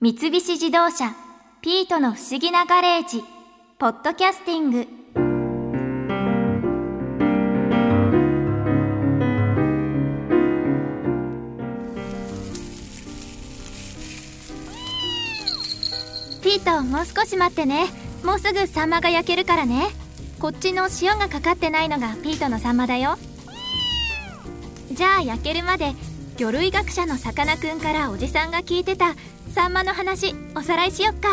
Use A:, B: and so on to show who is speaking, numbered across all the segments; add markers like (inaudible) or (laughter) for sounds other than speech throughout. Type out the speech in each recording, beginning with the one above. A: 三菱自動車「ピートの不思議なガレージ」「ポッドキャスティング」ピートもう少し待ってねもうすぐサンマが焼けるからねこっちの塩がかかってないのがピートのサンマだよじゃあ焼けるまで魚類学者のさかなクンからおじさんが聞いてたサンマの話おさらいしよっか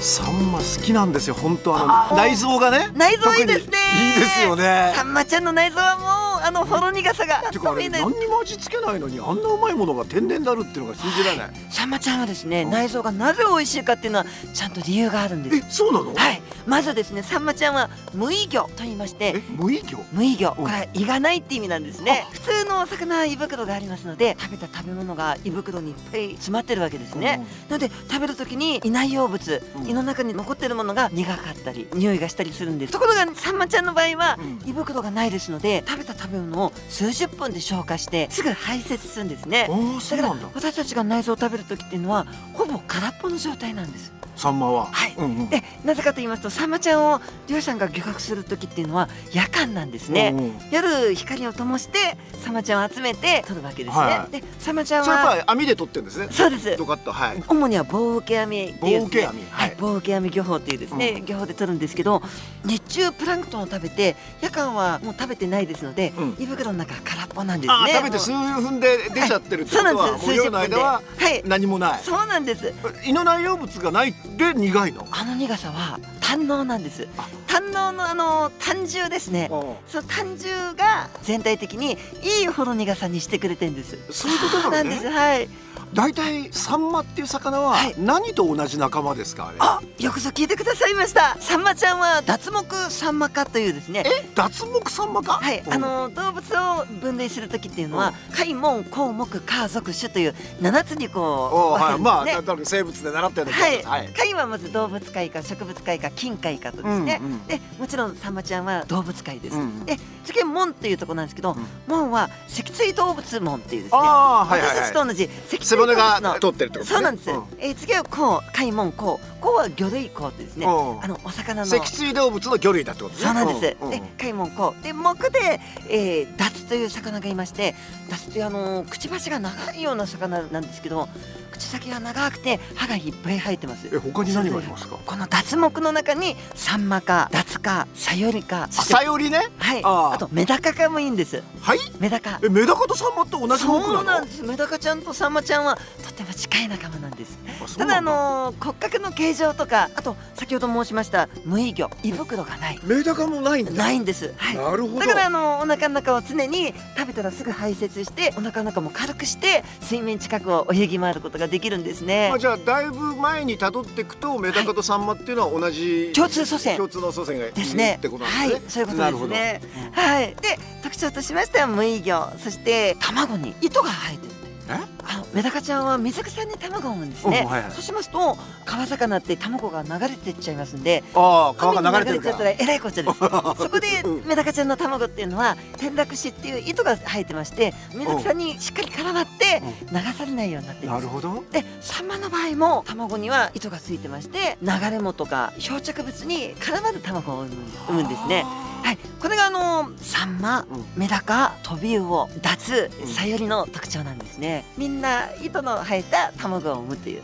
B: サンマ好きなんですよ本当あの内臓がね
C: 内臓いいですね
B: 特にいいですよね
C: さんまちゃんの内臓はもうあのほろ苦さが
B: てかあれ
C: いいね
B: 何にも味付けないのにあんなうまいものが天然であるっていうのが信じられない、
C: さんまちゃんはですね
B: うん
C: 内臓がなぜ美味しいかっていうのはちゃんと理由があるんです
B: えそうなの、
C: はいまずですねさんまちゃんは無胃魚と言いまし
B: え
C: て
B: 無意魚
C: 無胃魚
B: うん
C: これは胃がないって意味なんですね普通のお魚は胃袋がありますので食べた食べ物が胃袋にいっぱい詰まってるわけですね、なので食べる時に胃内容物、
B: うん
C: 胃の中に残ってるものが苦かったり匂いがしたりするんですところがさんまちゃんの場合は
B: うん
C: 胃袋がないですので食べた食べ物を数十分で消化してすぐ排泄するんですね
B: うんああそう
C: だ
B: な
C: か
B: んだ
C: ら私たちが内臓を食べる時っていうのはほぼ空っぽの状態なんです
B: サンマは
C: はい
B: うんうん
C: でなぜかと言いますとサンマちゃんを漁師さんが漁獲する時っていうのは夜間なんですね、
B: うんうん
C: 夜光を灯してサンマちゃんを集めて取るわけですね、
B: は
C: でサンマちゃん
B: それやっぱ
C: は
B: り網で取ってるんですね
C: そうです
B: ドカッとはい
C: 主には棒受け網っていう
B: 棒受け網
C: は
B: はい
C: い、棒受け網漁法っていうですね、
B: う
C: 漁法で取るんですけど日中プランクトンを食べて夜間はもう食べてないですので、
B: うん
C: 胃袋の中は空っぽなんですね
B: ああ食べて数
C: もう
B: 分で出ちゃってるって
C: そ
B: こ
C: うな
B: と
C: ん
B: は
C: です
B: もう
C: 数十
B: 夜の
C: 分で
B: 間は
C: はい
B: 何もない
C: そうなんです
B: 胃の内容物がないで苦いの
C: あの苦さは胆のなんです
B: あ
C: 胆ののあの胆汁ですね
B: うん
C: その胆汁が全体的にいいほど苦さにしてくれてんです
B: そういうことな
C: なんん
B: で
C: ですす
B: ね
C: はい
B: 大体サンマっていう魚は
C: はい
B: 何と同じ仲間ですかあれ
C: あよくぞ聞いてくださいましたサンマちゃんは脱目サンマ科というですね
B: 脱目サンマか
C: はい、
B: うん
C: あの動物を分類する時っていうの
B: うん
C: は貝門項目科属種という7つに
B: お
C: こ
B: ー
C: う
B: はい、
C: 分
B: ま
C: か
B: あ、
C: れるんですね。
B: 多分生物で習ったような気が
C: は
B: し
C: い、
B: ますはい。
C: 貝はまず動物界か植物界か菌界かとですね、
B: うんうん
C: でもちろんサンマちゃんは動物界です、
B: うんうん
C: で次は門というところなんですけど、
B: うん
C: 門は脊椎動物門っていうですね
B: ああ、はいはい
C: 私たち
B: は
C: と同じ
B: い。
C: 脊
B: 背
C: 椎動
B: 骨
C: 物
B: が
C: の
B: 通ってるってことね。
C: そうなんです、
B: う
C: えー次はこう貝門こうこうは魚類こうですね
B: うん
C: あのお魚の
B: 脊椎動物の魚類だってことね。
C: そうなんです。
B: うんうん
C: で、貝門こう。で、目で、えー、ダツという魚がいまして、ダツってあのーくちばしが長いような魚なんですけど、口先が長くて歯がいっぱい生えてます
B: え、。他に何がありますか。
C: このダツ目の中にサンマかダツかサヨリか、そして
B: サヨリね。
C: はい、
B: あ
C: あ
B: ー
C: とメダカかもいいんです。
B: はい。
C: メダカ。
B: え、メダカとサンマと同じ目
C: そ
B: な
C: うなん
B: の
C: で。す。メダカちゃんとサンマちゃんはとても近い仲間なんです。
B: あそう
C: ただあのー骨格の形状とか、あと先ほど申しました無胃魚、胃袋がない。
B: メダカもないんだ。
C: ないんです。はい。
B: なるほど。
C: だからあのお腹の中を常に食べたらすぐ排泄してお腹の中も軽くして水面近くを泳ぎ回ることができるんですね
B: まあ、。じゃあ、だいぶ前に辿っていくと、メダカとサンマっていうのは同じ。
C: 共通祖先
B: 共通の祖先がいる
C: ですね
B: ってことな
C: は
B: ん
C: い
B: ですね。
C: そういうこと
B: な
C: で
B: るほ
C: す
B: ど
C: ね。はいで特徴としましては無胃魚そして卵に糸が生えてる
B: え
C: あのメダカちゃんは水草に卵を産むんです
B: うん
C: ね、
B: はいはい
C: そうしますと川魚って卵が流れていっちゃいますんで
B: ああ、川が流れてる
C: 海にちゃっ
B: か
C: た
B: ら。
C: らえらいこっちゃ (laughs) ですそこで
B: うん
C: メダカちゃんの卵っていうのは転落しっていう糸が生えてましてメダカさんにしっかり絡まって流されないようになっていま
B: な
C: す
B: るほど。
C: でサンマの場合も卵には糸がついてまして流れ藻とか漂着物に絡まる卵を産む産むんですね。はい、これがあのサンマ、
B: うん
C: メダカ、トビウオ、ダツ
B: うん、
C: サヨリの特徴なんですね。みんな糸の生えた卵を産むという。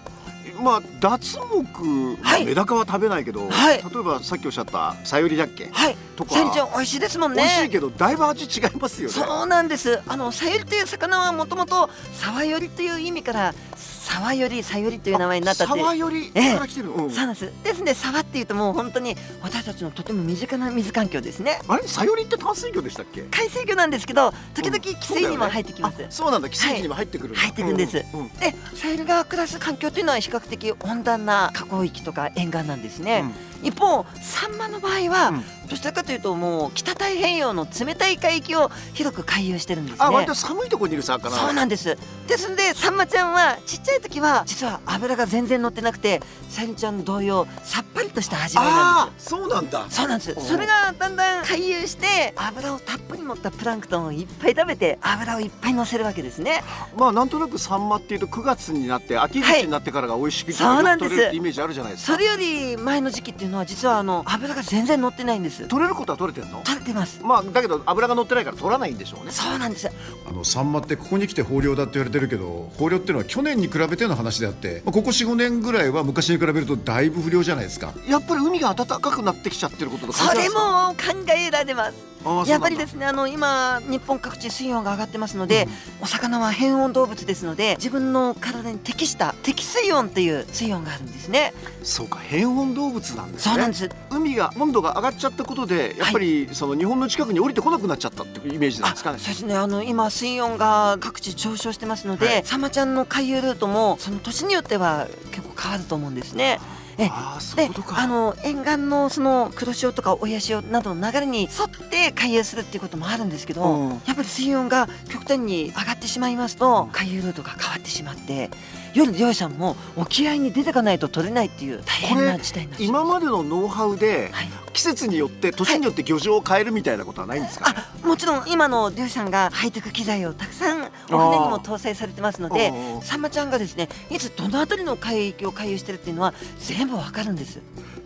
B: まあ脱目、
C: はい
B: メダカは食べないけど、
C: はい
B: 例えばさっきおっしゃったサヨリだっけ
C: はい、
B: とか
C: 船長美味しいですもん
B: 美
C: ね。
B: 味しいけどだいぶ味違いますよね
C: そうなんです。あのサヨリという魚はもともとサワヨリという意味からサワヨリサヨリという名前になったって
B: サワヨリ
C: ええ
B: から来てるの、うん
C: そうなんです。ですね、沢っていうともう本当に私たちのとても身近な水環境ですね。
B: あれサヨリって淡水魚でしたっけ
C: 海水魚なんですけど、時々寄
B: そうだ
C: 生
B: よね
C: にも入ってきます。
B: あそうなんだ寄生にも入ってくるんだ、
C: はい入ってくるんです
B: ううん
C: で、サイルが暮らす環境っていうのは比較的温暖な河口域とか沿岸なんですね。一方、サンマの場合は、
B: うん
C: どちらかというともう北太平洋の冷たい海域を広く回遊してるんですね
B: あ、割と寒いところにいる魚。
C: そうなんですですのでサンマちゃんはちっちゃい時は実は油が全然乗ってなくてサユミちゃん同様さっぱりとした味わいなん
B: ああ、
C: で
B: そうなんだ。
C: すそうなんです
B: おう
C: それがだんだん回遊して油をたっぷり持ったプランクトンをいっぱい食べて油をいっぱい乗せるわけですね
B: まあなんとなくサンマっていうと9月になって秋
C: はい
B: 口になってからが美味しくて
C: そうなんです
B: 取れるってイメージあるじゃないですか。
C: それより前の時期っていうのは実はあの油が全然乗ってないんです
B: 取れることは取れてんの？
C: 取れてます
B: まあだけど油が乗ってないから取らないんでしょうね。
C: そうなんです
D: あのサンマってここに来て豊漁だって言われてるけど豊漁っていうのは去年に比べての話であって、まあここ45年ぐらいは昔に比べるとだいぶ不良じゃないですか
B: やっぱり海が暖かくなってきちゃってることと関
C: そ
B: 係あ
C: れ
B: るんです
C: も
B: か。
C: 考えられます
B: ああそうなん
C: や
B: だ
C: っぱりですねあの今日本各地水温が上がってますので、お魚は変温動物ですので自分の体に適した適水温という水温があるんですね
B: そうか変温動物なんですね。
C: そうなんです
B: 海が温度が上がっちゃったことでやっぱりその日本の近くに降りてこなくなっちゃったっていうイメージなん
C: あ
B: ですか
C: そう
B: ね。
C: ですねあの今水温が各地上昇してますので、
B: はい
C: サンマちゃんの回遊ルートもその年によっては結構変わると思うんですねえ
B: ああそうい
C: で
B: うことか。
C: あの沿岸のその黒潮とか親潮などの流れに沿って回遊するっていうこともあるんですけど、
B: うん
C: やっぱり水温が極端に上がってしまいますと回遊ルートが変わってしまって夜漁師さんも沖合に出てかないと取れないっていう大変な事態になってしま
B: 今
C: う
B: までのノウハウで
C: はい
B: 季節によって年によって漁場を変えるみたいなことはないんですか、
C: あもちろん今の漁師さんがハイテク機材をたくさんお船にも搭載されてますので
B: おうおう
C: サンマちゃんがですねいつどの辺りの海域を回遊してるっていうのは全部わかるんです。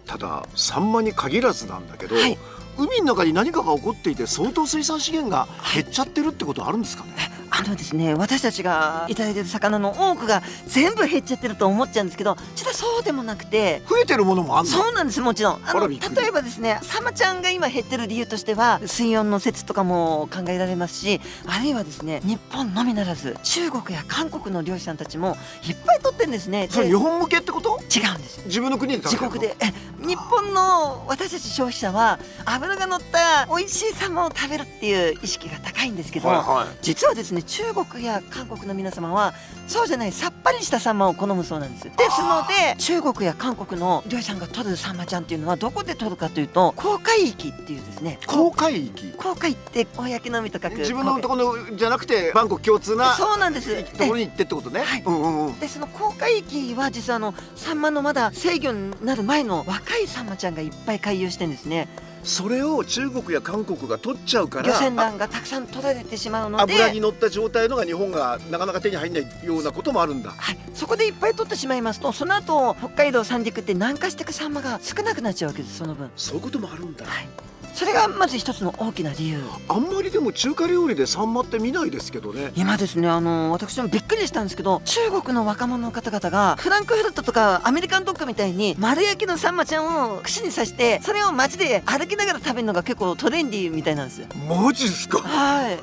B: ただサンマに限らずなんだけど、
C: はい
B: 海の中に何かが起こっていて相当水産資源が減っちゃってるってことはあるんですかね、
C: あのですね私たちがいただいてる魚の多くが全部減っちゃってると思っちゃうんですけど実はそうでもなくて
B: 増えてるものもあるの
C: そうなんですもちろんあ
B: あ
C: の
B: らび
C: 例
B: っくり
C: えばですねサマちゃんが今減ってる理由としては水温の説とかも考えられますしあるいはですね日本のみならず中国や韓国の漁師さんたちもいっぱい取ってるんですね
B: それ
C: で
B: 日本向けってこと
C: 違うんです
B: 自分の国で食
C: 自
B: べてるの
C: 国でえ日本の私たち消費者は脂が乗った美味しいサンマを食べるっていう意識が高いんですけど、
B: はいは
C: 実はですね中国や韓国の皆様はそうじゃないさっぱりしたサンマを好むそうなんですですので中国や韓国の漁師さんが取るサンマちゃんっていうのはどこで取るかというと公海域っていうですね
B: い公海域
C: 公海って公の海と書く
B: 自分の
C: 公
B: ところじゃなくてバンコク共通な
C: 海そうなんですで
B: ところに行ってってことね、
C: はい
B: うんうんうん
C: でその公海域は実はあのサンマのまだ制御になる前の若いサンマちゃんがいっぱい回遊してんですね
B: それを中国や韓国が取っちゃうか
C: 漁
B: ら
C: 船団がたくさん取られてしまうので
B: 油に乗った状態のが日本がなかなか手に入らないようなこともあるんだ
C: はい、そこでいっぱい取ってしまいますとその後北海道三陸って南下していくサンマが少なくなっちゃうわけですその分
B: そういうこともあるんだ
C: はいそれがまず一つの大きな理由
B: あんまりでも中華料理でサンマって見ないですけどね
C: 今ですねあの私もびっくりしたんですけど中国の若者の方々がフランクフルトとかアメリカンドッグみたいに丸焼きのサンマちゃんを串に刺してそれを街で歩きながら食べるのが結構トレンディーみたいなんですよ
B: マジですか
C: はい。で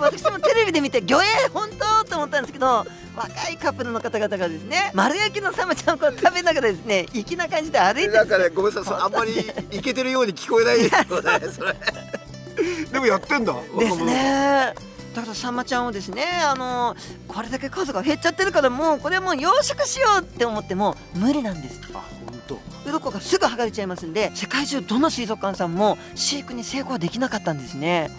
C: 私もテレビで見て、魚影本当と思ったんですけど、若いカップルの方々がですね、丸焼きのサマちゃんをこう食べながらですね、粋な感じで歩いてる。
B: なんかねごめんなさいそあんまりいけてるように聞こえないですよねそれでもやってんだ
C: ですね。だからサンマちゃんをですね、あのこれだけ数が減っちゃってるからもうこれはもう養殖しようって思っても無理なんです
B: 若者あ本当。
C: 鱗がすぐ剥がれちゃいますんで世界中どの水族館さんも飼育に成功できなかったんですね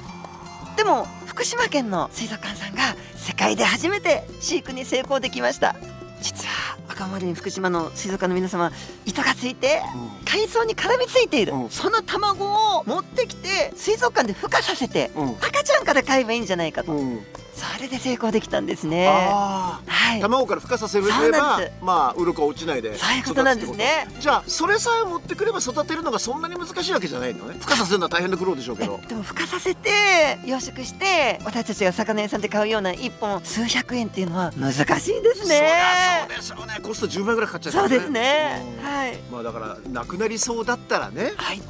C: でも福島県の水族館さんが世界で初めて飼育に成功できました実は赤森福島の水族館の皆様糸がついて海藻に絡みついている、
B: うん
C: その卵を持ってきて水族館で孵化させて
B: うん
C: 赤ちゃんから飼えばいいんじゃないかと、
B: うん、うん
C: それで成功できたんですね
B: ああ
C: はい
B: 卵から孵化させる
C: そう
B: れ
C: な
B: ば
C: んです
B: まあ鱗は落ちないで育つ
C: そういうことなんで
B: っ
C: す
B: て
C: ね
B: ことじゃあそれさえ持ってくれば育てるのがそんなに難しいわけじゃないのね孵化させるのは大変な苦労でしょうけど
C: でも孵化させて養殖して私たちが魚屋さんで買うような一本数百円っていうのは難しいです
B: そり
C: ね
B: ゃそうでしょうねコスト10倍ぐらいかかっちゃうから
C: そうですね
B: うん
C: はい
B: まあだからなくなりそうだったらね
C: はい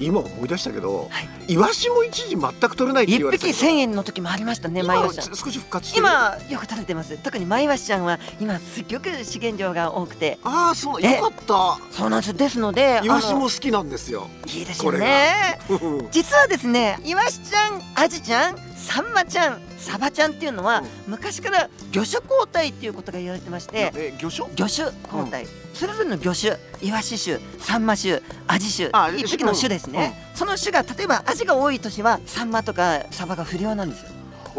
B: 今思い出したけど、
C: はい
B: イワシも一時全く取れないって言
C: 一
B: われて
C: 匹
B: たけど
C: 千円の時もありましたね
B: 今
C: マイ
B: は
C: ワシちゃん
B: 少し復活してる
C: 今よく食べてます特にマイワシちゃんは今すごく資源量が多くて
B: ああそうよかっ
C: そうなんですですので
B: たイワシ
C: あ
B: も
C: の
B: 好きなんですよ
C: いいです
B: こ
C: よ
B: れ
C: ね
B: が
C: 実はですねイワシちゃんアジちゃんサンマちゃんサバちゃんっていうのは、昔から魚種交代っていうことが言われてまして
B: え魚種
C: 魚種交代、それぞれの魚種イワシ種サンマ種アジ種
B: あ
C: 一匹の種ですね、その種が例えばアジが多い年はサンマとかサバが不良なんですよ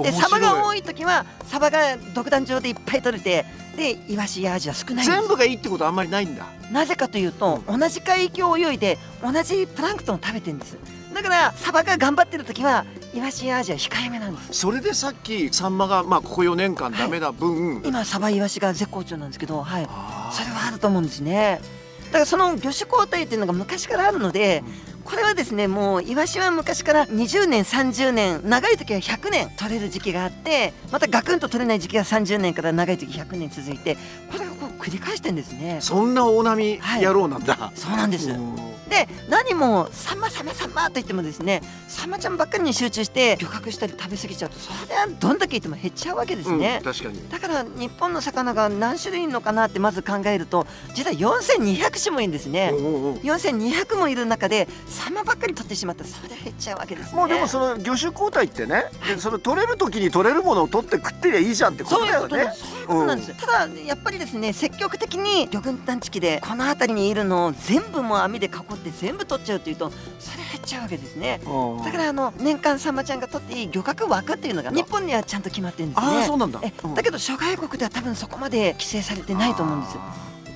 C: でサバが多
B: い
C: い時はサバが独壇場でいっぱい取れてでイワシやアジは少ないんです
B: 全部がいいってことはあんまりないんだ
C: なぜかというと同じ海域を泳いで同じプランクトンを食べてるんですだからサバが頑張ってる時はイワシやアジは控えめなんです
B: それでさっきサンマがまあここ4年間ダメな分、
C: 今サバイワシが絶好調なんですけどはい
B: あー
C: それはあると思うんですねだからその魚種交代っていうのが昔からあるのでこれはですねもうイワシは昔から20年30年長い時は100年取れる時期があってまたガクンと取れない時期が30年から長い時100年続いてこれをこう繰り返してんですね
B: そんな大波
C: はい
B: 野郎なんだ、
C: そうなんです
B: うん
C: で何も「サンマサンマサンマ」と言ってもですねサンマちゃんばっかりに集中して漁獲したり食べ過ぎちゃうとそれはどんだけいても減っちゃうわけですね、
B: うん確かに
C: だから日本の魚が何種類いるのかなってまず考えると実は4200種もいるんですね
B: おうおうおう
C: 4200もいる中でサンマばっかり取ってしまったらそれ減っちゃうわけですね
B: もうでもその魚種交代ってね、でその取れる時に取れるものを取って食ってりゃいいじゃんってこと
C: そう
B: だ
C: いうこ
B: よ
C: とな
B: ね
C: んそういうことなんです、ただやっぱりですね積極的に魚群探知機でこの辺りにいるのを全部もう網で囲って全部取っちゃうというとそれ減っちゃうわけですね
B: うん
C: だからあの年間サンマちゃんが取っていい漁獲枠っていうのが日本にはちゃんと決まってるんですね
B: ああそうなんだ
C: え
B: うん
C: だけど諸外国では多分そこまで規制されてないと思うんですよ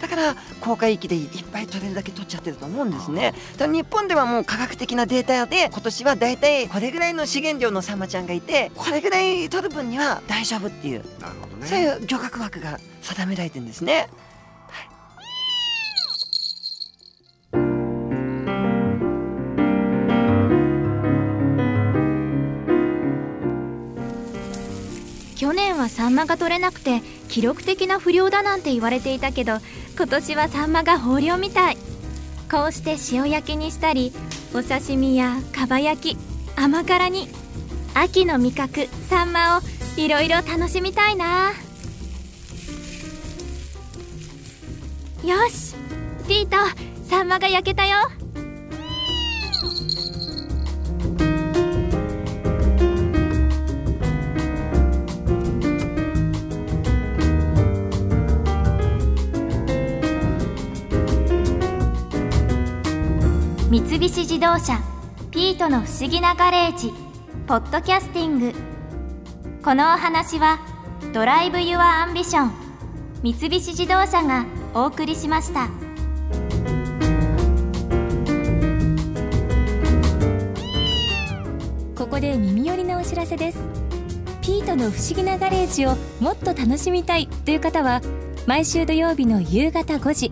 C: だから公海域でいっぱい取れるだけ取っちゃってると思うんですねだから日本ではもう科学的なデータで今年はだいたいこれぐらいの資源量のサンマちゃんがいてこれぐらい取る分には大丈夫っていう
B: なるほどね
C: そういう漁獲枠が定められてるんですね
A: 去年はサンマが取れなくて記録的な不良だなんて言われていたけど今年はサンマが豊漁みたいこうして塩焼きにしたりお刺身やかば焼き甘辛に秋の味覚サンマをいろいろ楽しみたいなよしピートサンマが焼けたよ三菱自動車ピートの不思議なガレージポッドキャスティングこのお話はドライブ・ユア・アンビション三菱自動車がお送りしました。
E: ここで耳寄りなお知らせですピートの不思議なガレージをもっと楽しみたいという方は毎週土曜日の夕方5時